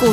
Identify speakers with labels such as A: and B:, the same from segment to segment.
A: 股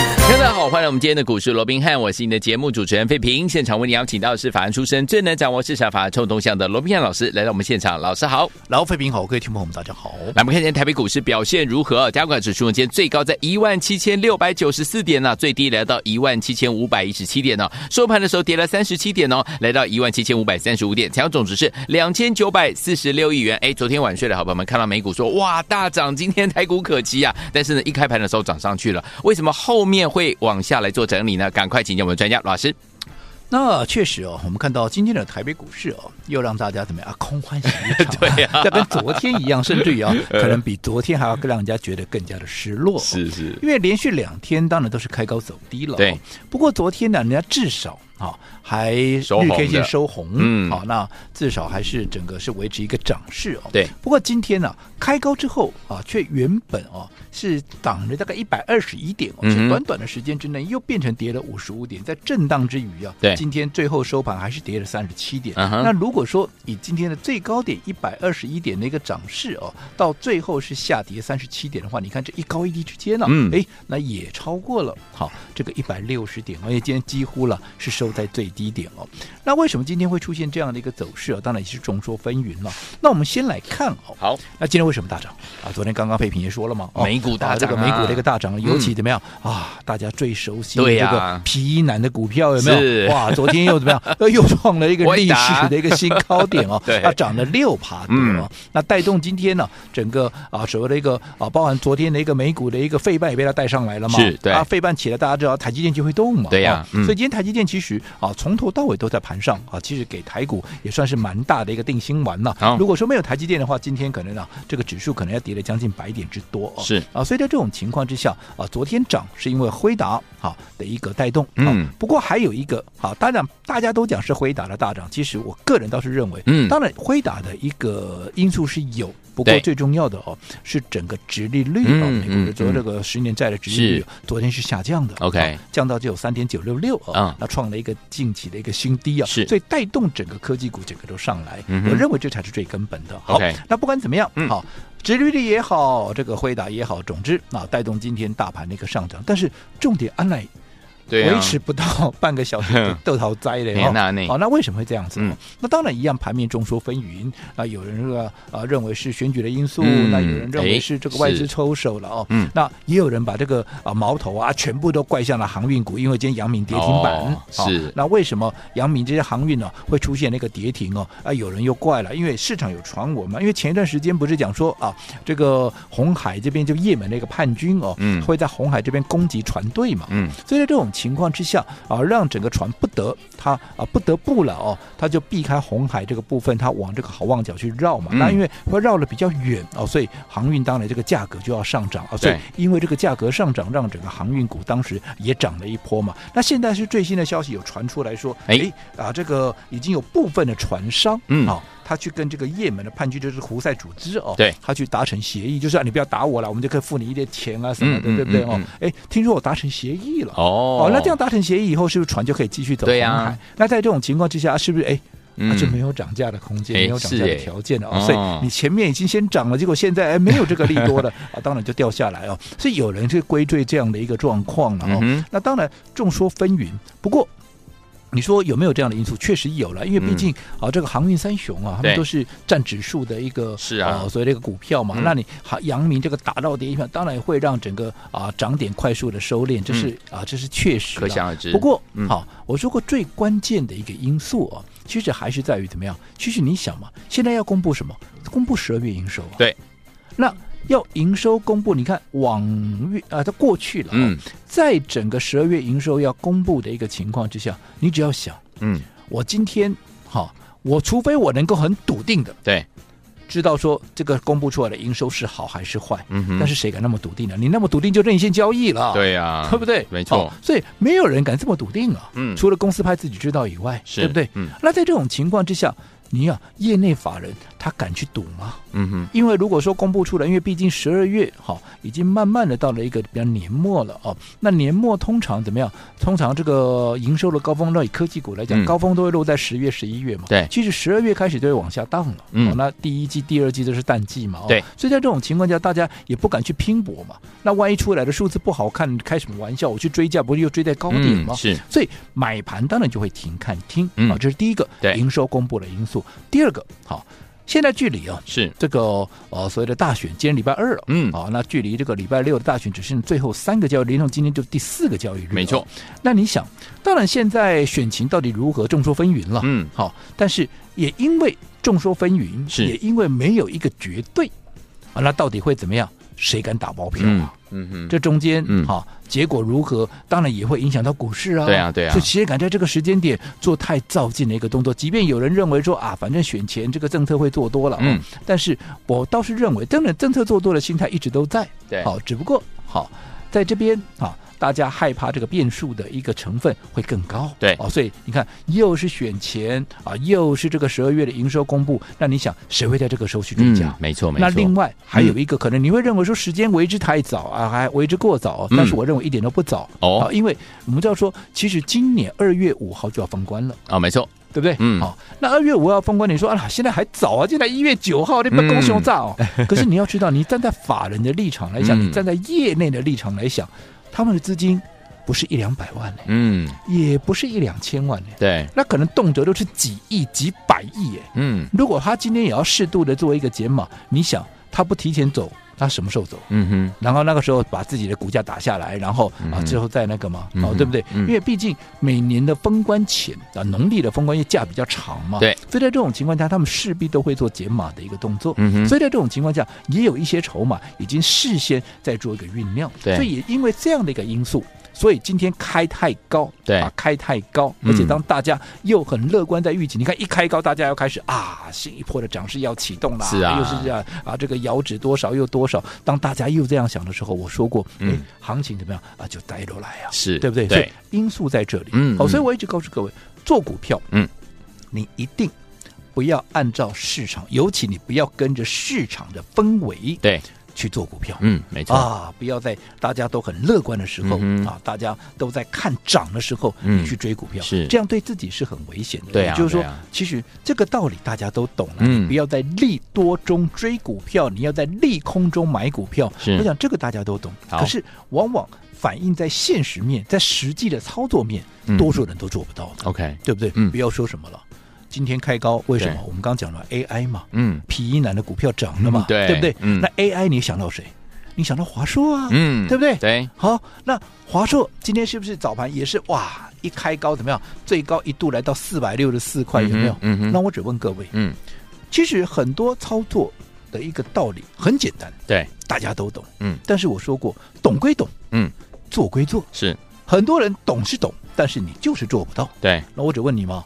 B: 大家好，欢迎我们今天的股市罗宾汉，我是你的节目主持人费平。现场为你邀请到的是法案出身、最能掌握市场法案臭动向的罗宾汉老师来到我们现场，老师好。
C: 劳费平好，各位听众朋友们，大家好。
B: 来，我们看一下台北股市表现如何？加权指数呢今天最高在一万七千六百九十四点呢、最低来到一万七千五百一十七点呢、收盘的时候跌了三十七点哦，来到一万七千五百三十五点，成交总值是两千九百四十六亿元。哎，昨天晚睡的好朋友们看到美股说哇大涨，今天台股可期啊，但是呢一开盘的时候涨上去了，为什么后面会往下来做整理呢？赶快请教我们专家老师。
C: 那确实哦，我们看到今天的台北股市哦，又让大家怎么样啊？空欢喜一 场、
B: 对啊
C: 呀、要跟昨天一样，甚至 于啊，可能比昨天还要让人家觉得更加的失落、哦
B: 是是
C: 因为连续两天当然都是开高走低了、哦
B: 对，
C: 不过昨天呢，人家至少啊、还日
B: 收红的
C: K 线收红，
B: 嗯
C: 好、那至少还是整个是维持一个涨势哦。
B: 对
C: 不过今天呢、开高之后啊，却原本哦是挡着大概一百二十一点哦，
B: 嗯哼
C: 就短短的时间之内又变成跌了五十五点，在震荡之余啊，
B: 对
C: 今天最后收盘还是跌了三十七点。
B: 嗯哼
C: 那如果说以今天的最高点一百二十一点的一个涨势哦，到最后是下跌三十七点的话，你看这一高一低之间呢、
B: 嗯
C: 哎，那也超过了好这个一百六十点，而且今天几乎了是收在最低点哦。那为什么今天会出现这样的一个走势啊？当然也是众说纷纭了。那我们先来看哦，
B: 好，
C: 那今天为什么大涨啊？昨天刚刚费平也说了嘛，哦
B: 美股大涨啊嗯
C: 这个美股的一个大涨，尤其怎么样、啊？大家最熟悉的
B: 对
C: 这
B: 呀
C: 个皮衣男的股票有没
B: 是
C: 有？哇，昨天又怎 么样？又又创了一个
B: 回
C: 历
B: 答，
C: 史的一个新高点哦
B: 对
C: 啊，涨了六趴多、
B: 嗯
C: 哦那带动今天呢，整个啊所谓的一个啊，包含昨天的一个美股的一个费半也被它带上来了嘛，
B: 是对
C: 啊，费半起来，大家知道台积电就会动嘛，
B: 对呀
C: 哦
B: 嗯
C: 所以今天台积电其实啊，从头到尾都在盘上啊，其实给台股也算是蛮大的一个定心丸了、
B: 好
C: 如果说没有台积电的话，今天可能啊，这个指数可能要跌了将近百点之多哦。
B: 是
C: 啊，所以在这种情况之下啊，昨天涨是因为辉达好的一个带动，啊
B: 嗯
C: 不过还有一个好，当然大家都讲是辉达的大涨，其实我个人倒是认为，
B: 嗯
C: 当然辉达的一个因素是有。不过
B: 对
C: 最重要的哦，是整个殖利率哦，
B: 嗯
C: 美国的
B: 嗯
C: 昨
B: 嗯
C: 这个十年债的殖利率
B: 是，
C: 昨天是下降的
B: OK
C: 啊降到只有三点九六六
B: 嗯
C: 啊，那创了一个近期的一个新低啊，
B: 是
C: 所以带动整个科技股整个都上来
B: 嗯，哼
C: 我认为这才是最根本的。好
B: OK，
C: 那不管怎么样
B: 嗯，
C: 好，殖利率也好，这个辉达也好，总之啊，带动今天大盘的一个上涨。但是重点，安奈
B: 对啊
C: 维持不到半个小时就豆桃灾了
B: 哎那
C: 哦
B: 那。
C: 好，那为什么会这样子？
B: 嗯
C: 那当然一样，盘面众说纷纭啊，有人这个啊认为是选举的因素，
B: 嗯
C: 那有人认
B: 哎
C: 为是这个外
B: 是
C: 资抽手了哦，
B: 嗯
C: 那也有人把这个啊矛头啊全部都怪向了航运股，因为今天阳明跌停板，
B: 哦
C: 好
B: 是
C: 那为什么阳明这些航运呢、会出现那个跌停哦？啊，有人又怪了，因为市场有传闻嘛，因为前一段时间不是讲说啊，这个红海这边就也门那个叛军哦，
B: 嗯
C: 会在红海这边攻击船队嘛，
B: 嗯，
C: 所以在这种情况之下啊，让整个船不得它啊不得不了哦，它就避开红海这个部分，它往这个好望角去绕嘛。
B: 嗯
C: 那因为会绕的比较远哦，所以航运当然这个价格就要上涨啊。所以
B: 对
C: 因为这个价格上涨，让整个航运股当时也涨了一波嘛。那现在是最新的消息有传出来说，
B: 哎
C: 诶啊，这个已经有部分的船商
B: 嗯
C: 啊。他去跟这个也门的叛军，就是胡塞组织哦，
B: 对
C: 他去达成协议，就是、啊、你不要打我了，我们就可以付你一点钱啊什么的，
B: 嗯嗯
C: 对不对
B: 嗯
C: 哦
B: 嗯？
C: 哎，听说我达成协议了，
B: 哦
C: 哦，那这样达成协议以后，是不是船就可以继续走
B: 对
C: 红
B: 呀
C: 海？那在这种情况之下，是不是哎，那、
B: 嗯
C: 就没有涨价的空间，
B: 哎
C: 没有涨价
B: 是
C: 的
B: 哎
C: 条件了、
B: 哦
C: 哦？所以你前面已经先涨了，结果现在哎没有这个利多了 啊，当然就掉下来哦。所以有人去归罪这样的一个状况了哦。
B: 嗯哼
C: 那当然众说纷纭，不过。你说有没有这样的因素？确实有了，因为毕竟、啊，这个航运三雄啊，他
B: 嗯对
C: 们都是占指数的一个
B: 是啊
C: 呃所谓的一个股票嘛。
B: 嗯
C: 那你航阳明这个打到跌一票，当然会让整个啊涨点快速的收敛，这是、啊这是确
B: 嗯
C: 实
B: 可
C: 啦
B: 想而知。
C: 不过，
B: 嗯
C: 好，我说过最关键的一个因素啊，其实还是在于怎么样？其实你想嘛，现在要公布什么？公布十二月营收啊。
B: 对。
C: 那要营收公布，你看往月啊，它过去了、
B: 嗯
C: 嗯，在整个十二月营收要公布的一个情况之下，你只要想，
B: 嗯，
C: 我今天好、我除非我能够很笃定的
B: 对，
C: 知道说这个公布出来的营收是好还是坏，
B: 嗯哼
C: 但是谁敢那么笃定呢？你那么笃定就任性交易了。。
B: 对呀，
C: 对不对？
B: 嗯没错
C: 哦，所以没有人敢这么笃定啊。
B: 嗯
C: 除了公司派自己知道以外，
B: 是
C: 对不对？
B: 嗯
C: 那在这种情况之下，你啊，业内法人他敢去赌吗？
B: 嗯哼，
C: 因为如果说公布出来，因为毕竟十二月哈、已经慢慢的到了一个比较年末了哦。那年末通常怎么样？通常这个营收的高峰，那以科技股来讲，
B: 嗯
C: 高峰都会落在十月、十一月嘛。
B: 对
C: 其实十二月开始就会往下荡了。
B: 嗯
C: 哦，那第一季、第二季都是淡季嘛。哦
B: 对，
C: 所以在这种情况下，大家也不敢去拼搏嘛。那万一出来的数字不好看，开什么玩笑？我去追价，不是又追在高点吗？
B: 嗯是，
C: 所以买盘当然就会停看听啊、
B: 嗯
C: 这是第一个
B: 对
C: 营收公布的因素。第二个，好，现在距离啊、
B: 是，
C: 这个呃所谓的大选，今天礼拜二了，
B: 嗯
C: 好、那距离这个礼拜六的大选只剩最后三个交易日，连同今天就第四个交易日，
B: 没错。
C: 那你想，当然现在选情到底如何，众说纷纭了，
B: 嗯，
C: 好、但是也因为众说纷纭，
B: 是
C: 也因为没有一个绝对啊，那到底会怎么样？谁敢打包票啊？
B: 嗯，嗯哼，
C: 这中间，
B: 嗯
C: 好、结果如何，当然也会影响到股市啊。
B: 对啊对啊
C: 所以谁敢在这个时间点做太躁进的一个动作？即便有人认为说啊，反正选前这个政策会做多了，
B: 嗯，
C: 但是我倒是认为，真的政策做多的心态一直都在，
B: 对
C: 好、只不过好、在这边啊。大家害怕这个变数的一个成分会更高，
B: 对
C: 哦，所以你看，又是选前啊，又是这个十二月的营收公布，那你想谁会在这个时候去追加？
B: 嗯，没错没错。
C: 那另外还有一个可能，你会认为说时间为之太早啊，还为之过早，
B: 嗯
C: 但是我认为一点都不早
B: 哦
C: 啊因为我们知道说，其实今年二月五号就要封关了，
B: 哦，没错，
C: 对不对？
B: 嗯
C: 好，那二月五号封关，你说啊，现在还早啊，现在一月九号，你不要公熊炸哦。 可是你要知道，你站在法人的立场来讲，
B: 嗯
C: 你站在业内的立场来想，他们的资金不是一两百万呢、
B: 嗯，
C: 也不是一两千万呢、
B: 对，
C: 那可能动辄都是几亿、几百亿耶、
B: 嗯
C: 如果他今天也要适度的做一个减码，你想他不提前走，他什么时候走？
B: 嗯哼，
C: 然后那个时候把自己的股价打下来，然后
B: 嗯
C: 啊
B: 哼
C: 之后再那个嘛，
B: 嗯
C: 哦
B: 哼
C: 对不对？
B: 嗯
C: 因为毕竟每年的封关前啊，农历的封关因为假比较长嘛，
B: 对，
C: 所以在这种情况下，他们势必都会做减码的一个动作。
B: 嗯哼，
C: 所以在这种情况下，也有一些筹码已经事先在做一个酝酿，
B: 对
C: 所以也因为这样的一个因素，所以今天开太高，
B: 对
C: 啊，开太高，
B: 嗯
C: 而且当大家又很乐观在预期，你看一开高，大家要开始啊，新一波的涨势要启动啦，
B: 是啊
C: 又是这样啊，这个遥指多少又多少，当大家又这样想的时候，我说过，
B: 嗯
C: 哎，行情怎么样啊，就带落来啊，
B: 是
C: 对不对？所以
B: 对，
C: 因素在这里，
B: 嗯
C: 好、所以
B: 嗯
C: 我一直告诉各位，做股票，
B: 嗯，
C: 你一定不要按照市场，尤其你不要跟着市场的氛围
B: 对，
C: 去做股票。
B: 嗯，没错，
C: 啊，不要在大家都很乐观的时候、
B: 嗯哼
C: 啊，大家都在看涨的时候，
B: 嗯
C: 你去追股票，
B: 是
C: 这样对自己是很危险的。
B: 对啊
C: 也就是说，
B: 对啊
C: 其实这个道理大家都懂了。
B: 嗯
C: 你不要在利多中追股票，你要在利空中买股票。
B: 是
C: 我想这个大家都懂。
B: 好
C: 可是往往反映在现实面，在实际的操作面，
B: 嗯
C: 多数人都做不到的，
B: OK，
C: 对不对？
B: 嗯
C: 不要说什么了，今天开高，为什么
B: 对？
C: 我们刚讲了 AI 嘛，
B: 嗯
C: 皮衣男的股票涨了嘛
B: 嗯，对
C: 不对？
B: 嗯
C: 那 AI 你想到谁？你想到华硕啊，
B: 嗯，
C: 对不对？
B: 对，
C: 好，那华硕今天是不是早盘也是哇？一开高怎么样？最高一度来到四百六十四块，有没有？
B: 嗯哼嗯哼
C: 那我只问各位，
B: 嗯，
C: 其实很多操作的一个道理很简单，
B: 对，
C: 大家都懂。
B: 嗯，
C: 但是我说过，懂归懂，
B: 嗯，
C: 做归做，
B: 是，
C: 很多人懂是懂，但是你就是做不到。
B: 对，
C: 那我只问你嘛，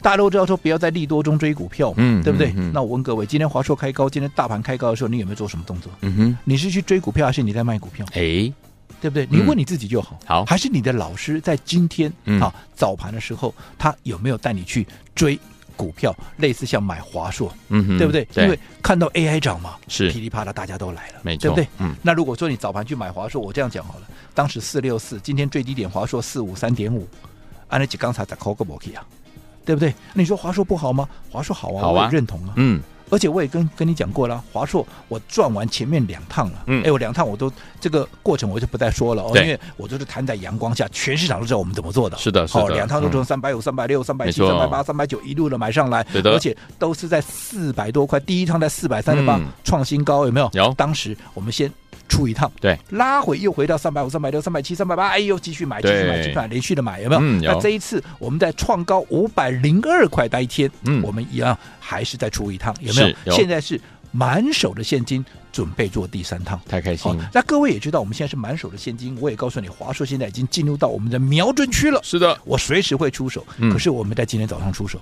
C: 大家都知道说不要在利多中追股票嘛，
B: 嗯
C: 对不对？
B: 嗯嗯
C: 那我问各位，今天华硕开高，今天大盘开高的时候，你有没有做什么动作？
B: 嗯哼，
C: 你是去追股票，还是你在卖股票？
B: 哎，
C: 对不对？你问你自己就好。
B: 好
C: 还是你的老师在今天、
B: 嗯
C: 啊早盘的时候，他有没有带你去追股票？类似像买华硕，
B: 嗯哼，
C: 对不对？因为
B: 对，
C: 看到 AI 涨嘛，
B: 是
C: 噼里啪啦，大家都来了，
B: 没
C: 对
B: 错，
C: 不对？
B: 嗯，
C: 那如果说你早盘去买华硕，我这样讲好了，当时四六四，今天最低点华硕四五三点五，按那几刚才咋扣个 o 去啊？对不对？那你说华硕不好吗？华硕好啊，
B: 好啊
C: 我也认同啊。
B: 嗯，
C: 而且我也跟跟你讲过了，华硕我转完前面两趟了，
B: 嗯
C: 哎，我两趟我都这个过程我就不再说了哦，
B: 对
C: 因为我都是摊在阳光下，全市场都知道我们怎么做的。
B: 是的是
C: 好，
B: 的
C: 两趟都
B: 嗯
C: 从三百五、三百六、三百
B: 没
C: 七、
B: 错
C: 三百八、三百九一路的买上来，
B: 对的
C: 而且都是在四百多块，第一趟在四百三十八
B: 嗯
C: 创新高，有没有？
B: 有
C: 当时我们先出一趟，
B: 对，
C: 拉回又回到三百五、三百六、三百七、三百八，哎呦，继续买，继续买，
B: 对
C: 继续买，连续的买，有没有？
B: 嗯有
C: 那这一次我们在创高五百零二块那一天，
B: 嗯
C: 我们一样还是再出一趟，有没有
B: 是？有
C: 现在是满手的现金，准备做第三趟。
B: 太开
C: 好
B: 心，，
C: 那各位也知道，我们现在是满手的现金。我也告诉你，华硕现在已经进入到我们的瞄准区了，
B: 是的，
C: 我随时会出手。
B: 嗯
C: 可是我们在今天早上出手，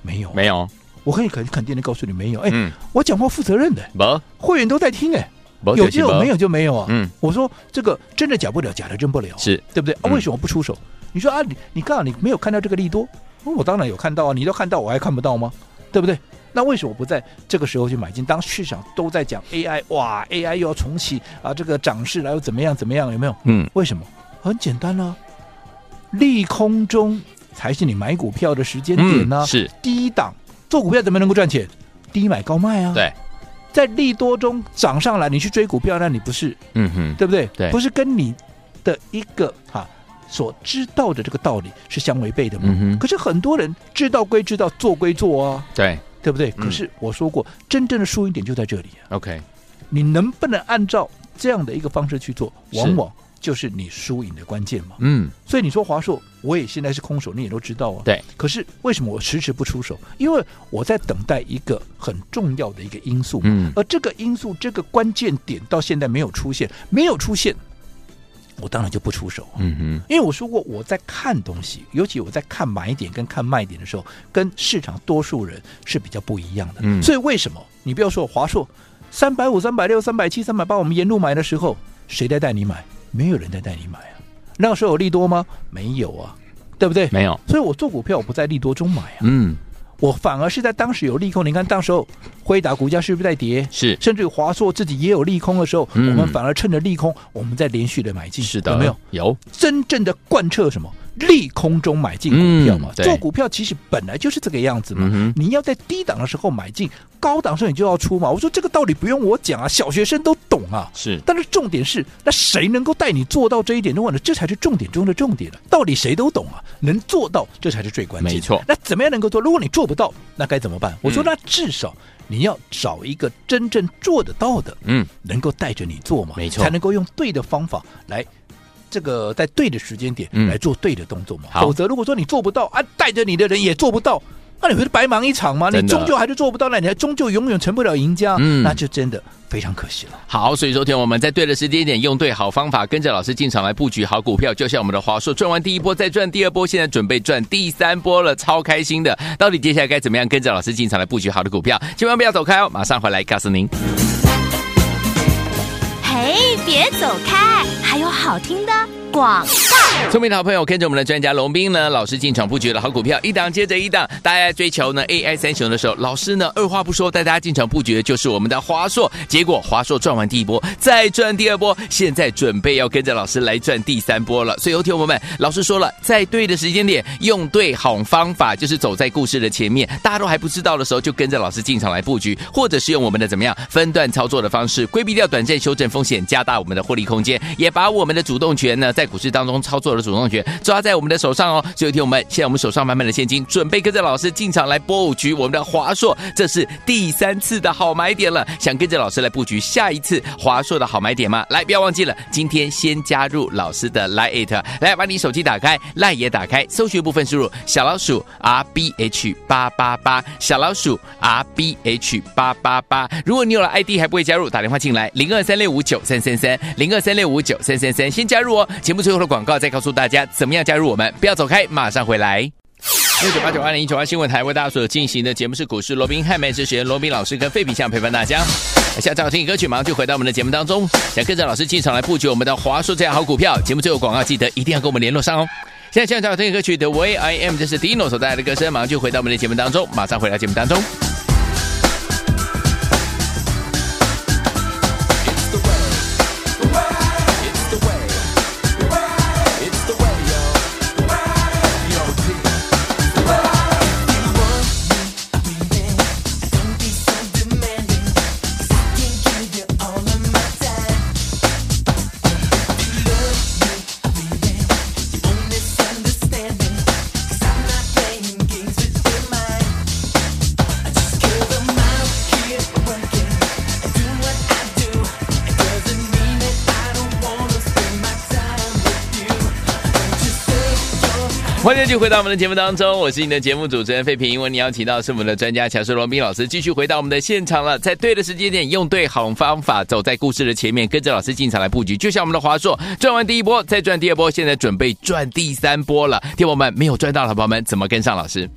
C: 没有，
B: 没，有，
C: 我可以肯肯定的告诉你，没有。哎，
B: 嗯，
C: 我讲话负责任的，
B: 不
C: 会员都在听，哎，
B: 不，
C: 有就有，没有，就没有啊。
B: 嗯，
C: 我说这个真的假不了，假的真不了，
B: 是
C: 对不对？啊，
B: 嗯
C: 为什么不出手？你说哦啊，你你告诉你没有看到这个利多，我当然有看到啊，你都看到，我还看不到吗？对不对？那为什么不在这个时候去买进？当市场都在讲 AI，哇，AI 又要重启啊，这个涨势然后怎么样怎么样，有没有？
B: 嗯，
C: 为什么？很简单啦、利空中才是你买股票的时间点啊呢、
B: 嗯是
C: 低档做股票怎么能够赚钱？低买高卖啊。
B: 对，
C: 在利多中涨上来，你去追股票，那你不是
B: 嗯哼，
C: 对不对？
B: 对
C: 不是跟你的一个哈、所知道的这个道理是相违背的吗？
B: 嗯哼
C: 可是很多人知道归知道，做归做啊，
B: 对
C: 对不对？
B: 嗯
C: 可是我说过，真正的输赢点就在这里啊！
B: ，OK，
C: 你能不能按照这样的一个方式去做，
B: 是
C: 往往就是你输赢的关键嘛。
B: 嗯，
C: 所以你说华硕，我也现在是空手，你也都知道啊。
B: 对。
C: 可是为什么我迟迟不出手？因为我在等待一个很重要的一个因素。
B: 嗯
C: 而这个因素，这个关键点到现在没有出现，没有出现，我当然就不出手啊、
B: 嗯哼，
C: 因为我说过，我在看东西，尤其我在看买点跟看卖点的时候，跟市场多数人是比较不一样的。
B: 嗯
C: 所以为什么你不要说华硕三百五、三百六、三百七、三百八，我们沿路买的时候，谁在带你买？没有人在带你买啊。那时候有利多吗？没有啊，对不对？
B: 没有，
C: 所以我做股票，我不在利多中买啊，
B: 嗯，
C: 我反而是在当时有利空。你看，当时候辉达股价是不是在跌？
B: 是
C: 甚至于华硕自己也有利空的时候，
B: 嗯
C: 我们反而趁着利空，我们再连续的买进，
B: 是的，
C: 有没有？？
B: 有，
C: 真正的贯彻什么利空中买进股票嘛
B: 嗯？对
C: 做股票其实本来就是这个样子嘛。
B: 嗯哼
C: 你要在低档的时候买进，高档的时候你就要出嘛。我说这个道理不用我讲啊，小学生都懂啊。
B: 是，
C: 但是重点是，那谁能够带你做到这一点的话呢？这才是重点中的重点了。道理谁都懂啊，能做到这才是最关键。
B: 没错
C: 那怎么样能够做？如果你做不到，那该怎么办？我说，
B: 嗯
C: 那至少你要找一个真正做得到的，
B: 嗯，
C: 能够带着你做嘛，
B: 没错
C: 才能够用对的方法来。这个在对的时间点
B: 嗯
C: 来做对的动作嘛，
B: 好
C: 否则如果说你做不到啊，带着你的人也做不到，那你不是白忙一场吗？你
B: 真的
C: 终究还是做不到，那你还终究永远成不了赢家，
B: 嗯
C: 那就真的非常可惜了。
B: 好，所以昨天我们在对的时间点，用对好方法，跟着老师进场来布局好股票，就像我们的华硕赚完第一波，再赚第二波，现在准备赚第三波了，超开心的。到底接下来该怎么样跟着老师进场来布局好的股票？千万不要走开哦，马上回来告诉您。
A: 嘿，别走开，还有好听的广。
B: 聪明的好朋友，跟着我们的专家龙斌呢，老师进场布局了好股票，一档接着一档。大家在追求呢 AI 三雄的时候，老师呢二话不说带大家进场布局的就是我们的华硕。结果华硕赚完第一波，再赚第二波，现在准备要跟着老师来赚第三波了。所以，有听友们，老师说了，在对的时间点，用对好方法，就是走在故事的前面。大家都还不知道的时候，就跟着老师进场来布局，或者是用我们的怎么样分段操作的方式，规避掉短暂修正风险，加大我们的获利空间，也把我们的主动权呢，在股市当中操作的主动权抓在我们的手上哦。所以，听我们现在我们手上满满的现金，准备跟着老师进场来布局我们的华硕，这是第三次的好买点了。想跟着老师来布局下一次华硕的好买点吗？来，不要忘记了，今天先加入老师的 Line It，来把你手机打开，Line 也打开，搜寻部分输入小老鼠 R B H 八八八，小老鼠 R B H 八八八。如果你有了 ID 还不会加入，打电话进来零二三六五九三三三零二三六五九三三三先加入哦。节目最后的广告再告诉大家怎么样加入我们，不要走开，马上回来。六九八九二零一九八新闻台为大家所进行的节目是股市罗宾汉麦之学，罗宾老师跟费品相陪伴大家。下次好听的歌曲，马上就回到我们的节目当中。想跟着老师进场来布局我们的华硕这样好股票，节目最后广告记得一定要跟我们联络上哦。现在现场好听的歌曲《The Way I Am》，这是 Dino 所带来的歌声，马上就回到我们的节目当中，马上回到节目当中。欢迎继续回到我们的节目当中，我是你的节目主持人费平。为你邀请到是我们的专家乔世罗斌老师，继续回到我们的现场了。在对的时间点，用对好方法，走在故事的前面，跟着老师进场来布局。就像我们的华硕赚完第一波，再赚第二波，现在准备赚第三波了。听友们没有赚到的朋友们，怎么跟上老师？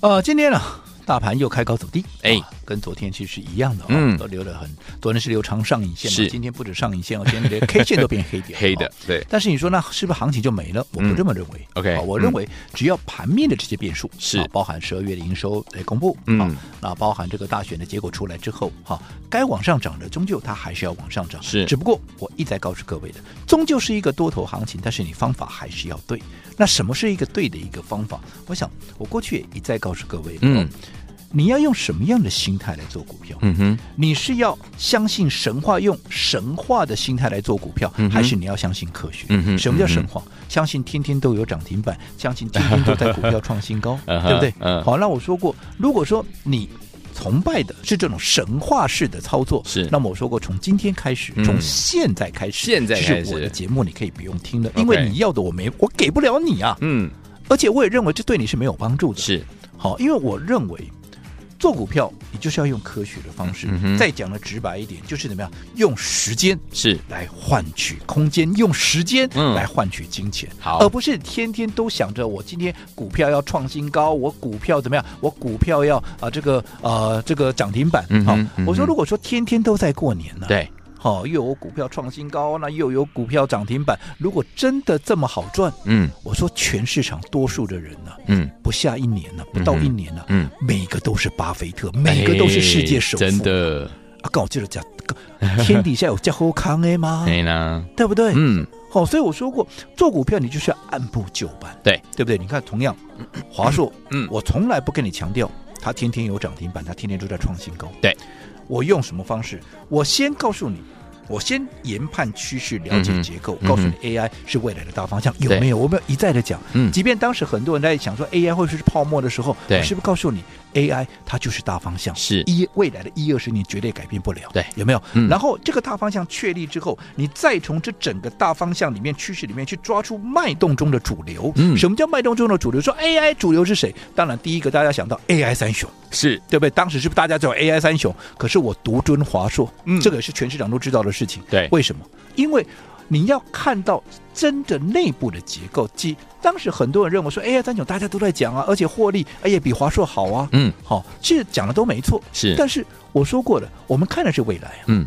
C: 呃，今天呢，大盘又开高走低，
B: 哎
C: 啊跟昨天其实是一样的、哦，
B: 嗯
C: 都留了很，昨天是留长上影线嘛，
B: 是
C: 今天不止上影线哦，今天连 K 线都变黑点，
B: 黑的
C: 哦。
B: 对
C: 但是你说那是不是行情就没了？我不
B: 嗯
C: 这么认为。啊
B: OK，
C: 好我
B: 嗯
C: 认为只要盘面的这些变数
B: 是
C: 啊包含十二月的营收来公布，
B: 嗯
C: 啊，那包含这个大选的结果出来之后，哈、该往上涨的终究它还是要往上涨，
B: 是
C: 只不过我一再告诉各位的，终究是一个多头行情，但是你方法还是要对。那什么是一个对的一个方法？我想我过去也一再告诉各位，
B: 嗯
C: 你要用什么样的心态来做股票？
B: 嗯哼，
C: 你是要相信神话，用神话的心态来做股票，
B: 嗯哼
C: 还是你要相信科学？
B: 嗯哼
C: 什么叫神话？相信天天都有涨停板，相信天天都在股票 创新高，
B: 嗯哼
C: 对不对？
B: 嗯
C: 好，那我说过，如果说你。崇拜的是这种神话式的操作，
B: 是
C: 那么我说过，从今天开始，
B: 嗯
C: 从现在开始，
B: 现在开始
C: 是我的节目，你可以不用听了，
B: OK
C: 因为你要的我没，我给不了你啊。
B: 嗯，
C: 而且我也认为这对你是没有帮助的。
B: 是
C: 好，因为我认为做股票，你就是要用科学的方式。
B: 嗯哼
C: 再讲的直白一点，就是怎么样用时间
B: 是，
C: 来换取空间，用时间
B: 嗯
C: 来换取金钱，
B: 好
C: 而不是天天都想着我今天股票要创新高，我股票怎么样，我股票要啊、这个呃这个涨停板。
B: 嗯
C: 好
B: 哼嗯哼
C: 我说如果说天天都在过年呢、。
B: 对，
C: 好、又有股票创新高，那又有股票涨停板。如果真的这么好赚，
B: 嗯
C: 我说全市场多数的人呢、
B: 嗯
C: 不下一年了、不到一年了、
B: 嗯，
C: 每个都是巴菲特，每个都是世界首富。
B: 哎真的，
C: 啊，刚我记得讲，天底下有叫后康的吗？
B: 对呢，
C: 对不对？
B: 哎嗯，
C: 好、所以我说过，做股票你就是要按部就班，
B: 对
C: 对不对？你看，同样，华硕，
B: 嗯
C: 我从来不跟你强调它天天有涨停板，它天天都在创新高。
B: 对，
C: 我用什么方式？我先告诉你。我先研判趋势，了
B: 嗯
C: 解
B: 哼
C: 结构，
B: 嗯哼
C: 告诉你 AI 是未来的大方向，有
B: 对
C: 没有？我们要一再的讲，
B: 嗯
C: 即便当时很多人在想说 AI 会不会是泡沫的时候，
B: 对
C: 我是不是告诉你 AI 它就是大方向？
B: 是
C: 一未来的一二十年绝对改变不了，
B: 对
C: 有没有？
B: 嗯
C: 然后这个大方向确立之后，你再从这整个大方向里面趋势里面去抓出脉动中的主流。
B: 嗯
C: 什么叫脉动中的主流？说 AI 主流是谁？当然，第一个大家想到 AI 三雄，
B: 是，
C: 对不对？当时是不是大家叫 AI 三雄？可是我独尊华硕，
B: 嗯
C: 这个也是全市场都知道的事情。
B: 对
C: 为什么？因为你要看到真的内部的结构，即当时很多人认为说 AI 三雄大家都在讲啊，而且获利哎也比华硕好啊，
B: 嗯
C: 好、其实讲的都没错。
B: 是，
C: 但是我说过了，我们看的是未来啊。
B: 嗯，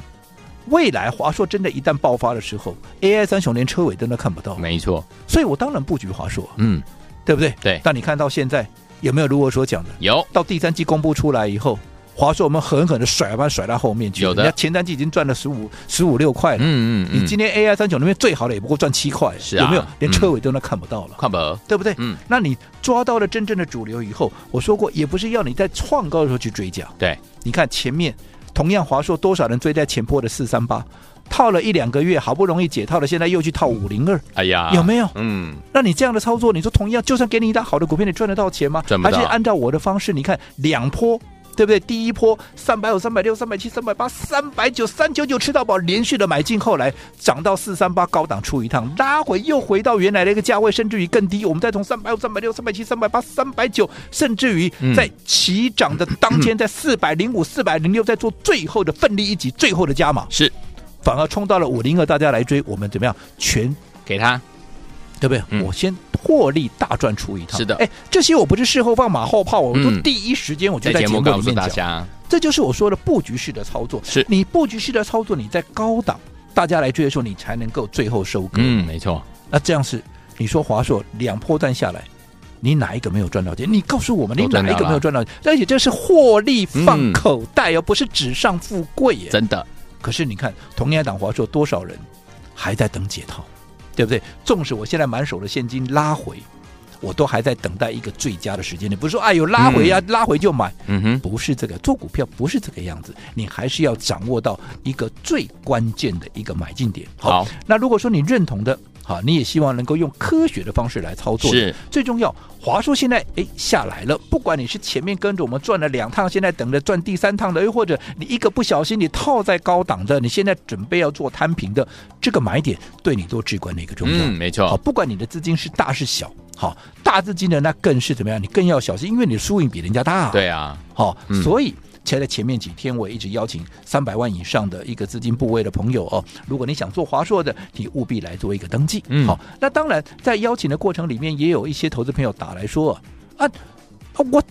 C: 未来华硕真的一旦爆发的时候，AI 三雄连车尾灯都看不到，
B: 没错，
C: 所以我当然布局华硕啊，
B: 嗯，
C: 对不对？
B: 对
C: 但你看到现在有没有如我所讲的，
B: 有，
C: 到第三季公布出来以后，华硕我们狠狠的甩吧甩到后面去，
B: 有的
C: 人家前三季已经赚了十五十五六块了。
B: 嗯嗯嗯，
C: 你今天 AI 三九那边最好的也不过赚七块，
B: 是啊
C: 有没有？连
B: 嗯
C: 车尾灯都看不到了，
B: 看吧，
C: 对不对？
B: 嗯，
C: 那你抓到了真正的主流以后，我说过，也不是要你在创高的时候去追加。
B: 对，
C: 你看前面同样华硕多少人追在前坡的四三八，套了一两个月，好不容易解套了，现在又去套五零二，
B: 哎呀，
C: 有没有
B: 嗯，
C: 那你这样的操作，你说同样，就算给你一档好的股票，你赚得到钱吗？
B: 赚不到
C: 还是按照我的方式，你看两波。对不对？第一波三百五、三百六、三百七、三百八、三百九、三九九吃到饱，连续的买进，后来涨到四三八高档出一趟，拉回又回到原来的一个价位，甚至于更低。我们再从三百五、三百六、三百七、三百八、三百九，甚至于
B: 嗯
C: 在起涨的当天，在四百零五、四百零六，再做最后的奋力一击，最后的加码，
B: 是
C: 反而冲到了五零二，大家来追，我们怎么样？全
B: 给他，
C: 对不对？
B: 嗯
C: 我先获利大赚出一趟。
B: 是的
C: 哎，这些我不是事后放马后炮，我都
B: 嗯
C: 第一时间我就
B: 在
C: 在
B: 节
C: 节目
B: 目
C: 里
B: 告诉
C: 面
B: 大
C: 讲。
B: 家，
C: 这就是我说的布局式的操作。
B: 是
C: 你布局式的操作，你在高档大家来追的时候，你才能够最后收割。
B: 嗯，没错，
C: 那这样是你说华硕两波段下来。你哪一个没有赚到钱？你告诉我们，你
B: 都
C: 哪
B: 赚到
C: 一个没有
B: 了啊
C: 赚到钱？而且这是获利放
B: 嗯
C: 口袋哦，不是纸上富贵耶。
B: 真的，
C: 可是你看，同样一档华硕，多少人还在等解套，对不对？纵使我现在满手的现金拉回，我都还在等待一个最佳的时间。你不是说哎呦拉回呀、拉回就买，
B: 嗯哼，
C: 不是这个做股票不是这个样子，你还是要掌握到一个最关键的一个买进点。
B: 好
C: 那如果说你认同的。好，你也希望能够用科学的方式来操作。
B: 是，
C: 最重要。华硕现在哎下来了，不管你是前面跟着我们赚了两趟，现在等着赚第三趟的，又或者你一个不小心你套在高档的，你现在准备要做摊平的，这个买点对你都至关的一个重要。
B: 嗯，没
C: 好，
B: 错，
C: 不管你的资金是大是小，好，大资金的那更是怎么样，你更要小心，因为你的输赢比人家大。，
B: 对啊，
C: 好、
B: 嗯
C: 所以。其实在前面几天，我也一直邀请三百万以上的一个资金部位的朋友哦，如果你想做华硕的，你务必来做一个登记。
B: 嗯
C: 好，那当然在邀请的过程里面，也有一些投资朋友打来说啊，啊我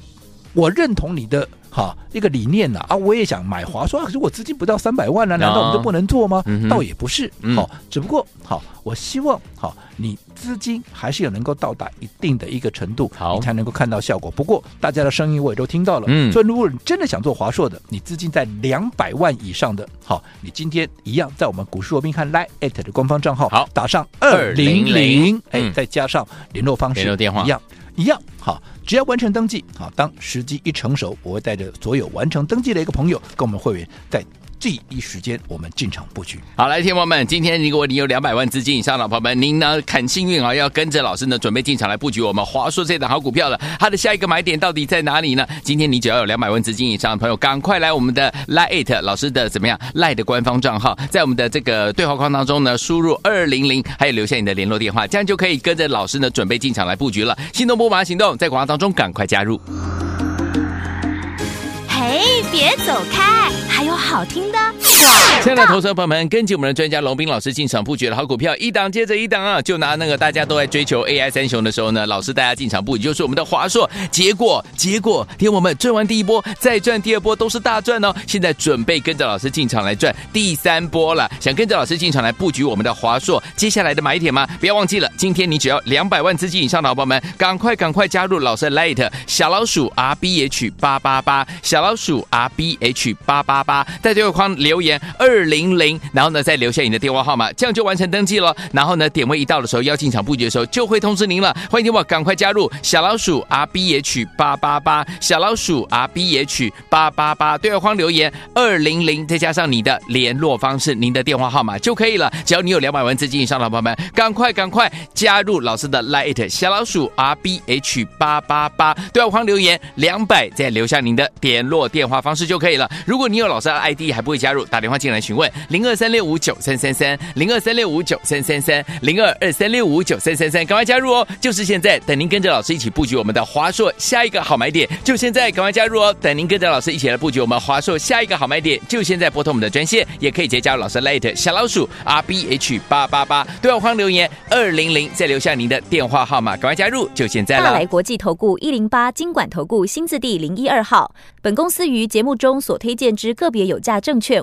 C: 我认同你的好一个理念呐啊我也想买华硕，啊可是我资金不到三百万呢、啊难道我们就不能做吗？
B: 啊嗯哼
C: 倒也不是，
B: 嗯
C: 好，只不过好，我希望好你资金还是有能够到达一定的一个程度，
B: 好
C: 你才能够看到效果。不过大家的声音我也都听到了，
B: 嗯
C: 所以如果你真的想做华硕的，你资金在两百万以上的，好，你今天一样在我们股市罗宾汉 Line at 的官方账号
B: 好
C: 打上二零
B: 200
C: 零，哎，
B: 嗯
C: 再加上联络方式、
B: 联络电话
C: 一样。一样好，只要完成登记，好，当时机一成熟，我会带着所有完成登记的一个朋友跟我们会员，在第一时间我们进场布局。
B: 好，来，天王们，今天如果你有两百万资金以上的朋友们，您呢很幸运啊，要跟着老师呢准备进场来布局我们华硕这档好股票了。它的下一个买点到底在哪里呢？今天你只要有两百万资金以上的朋友，赶快来我们的 Lite 老师的怎么样 Lite 的官方账号，在我们的这个对话框当中呢，输入二零零，还有留下你的联络电话，这样就可以跟着老师呢准备进场来布局了。心动不马上行动，在广告当中赶快加入。
A: 嘿，别走开，还有好听的广
B: 亲爱的投资者朋友们，跟紧我们的专家龙斌老师进场布局的好股票，一档接着一档啊！就拿那个大家都在追求 AI 三雄的时候呢，老师带大家进场布局，就是我们的华硕。结果，结果，天我们赚完第一波，再赚第二波，都是大赚哦！现在准备跟着老师进场来赚第三波了，想跟着老师进场来布局我们的华硕接下来的买点吗？不要忘记了，今天你只要两百万资金以上的好朋友们，赶快赶快加入老师的 Light 小老鼠 R B H 八八八，小老鼠 R B H 八八八，在对话框留言二零零，然后呢再留下你的电话号码，这样就完成登记了。然后呢点位一到的时候，要进场布局的时候就会通知您了。欢迎电话赶快加入小老鼠 R B H 八八八，小老鼠 R B H 八八八，对话框留言二零零，再加上你的联络方式、您的电话号码就可以了。只要你有两百万资金以上的朋友们，赶快赶快加入老师的 Lite 小老鼠 R B H 八八八，对话框留言两百，再留下您的联络电话方式就可以了。如果你有老师的 ID 还不会加入，打电话进来询问零二三六五九三三三零二三六五九三三三零二二三六五九三三三，赶快加入哦！就是现在，等您跟着老师一起布局我们的华硕下一个好买点，就现在赶快加入哦！等您跟着老师一起来布局我们华硕下一个好买点，就现在拨通我们的专线，也可以直接加入老师 Lite 小老鼠 R B H 八八八对话框留言二零零，再留下您的电话号码，赶快加入，就现在
D: 大
B: 了
D: 来。国际投顾一零八金管投顾新字第零一二号。本公司于节目中所推荐之个别有价证券，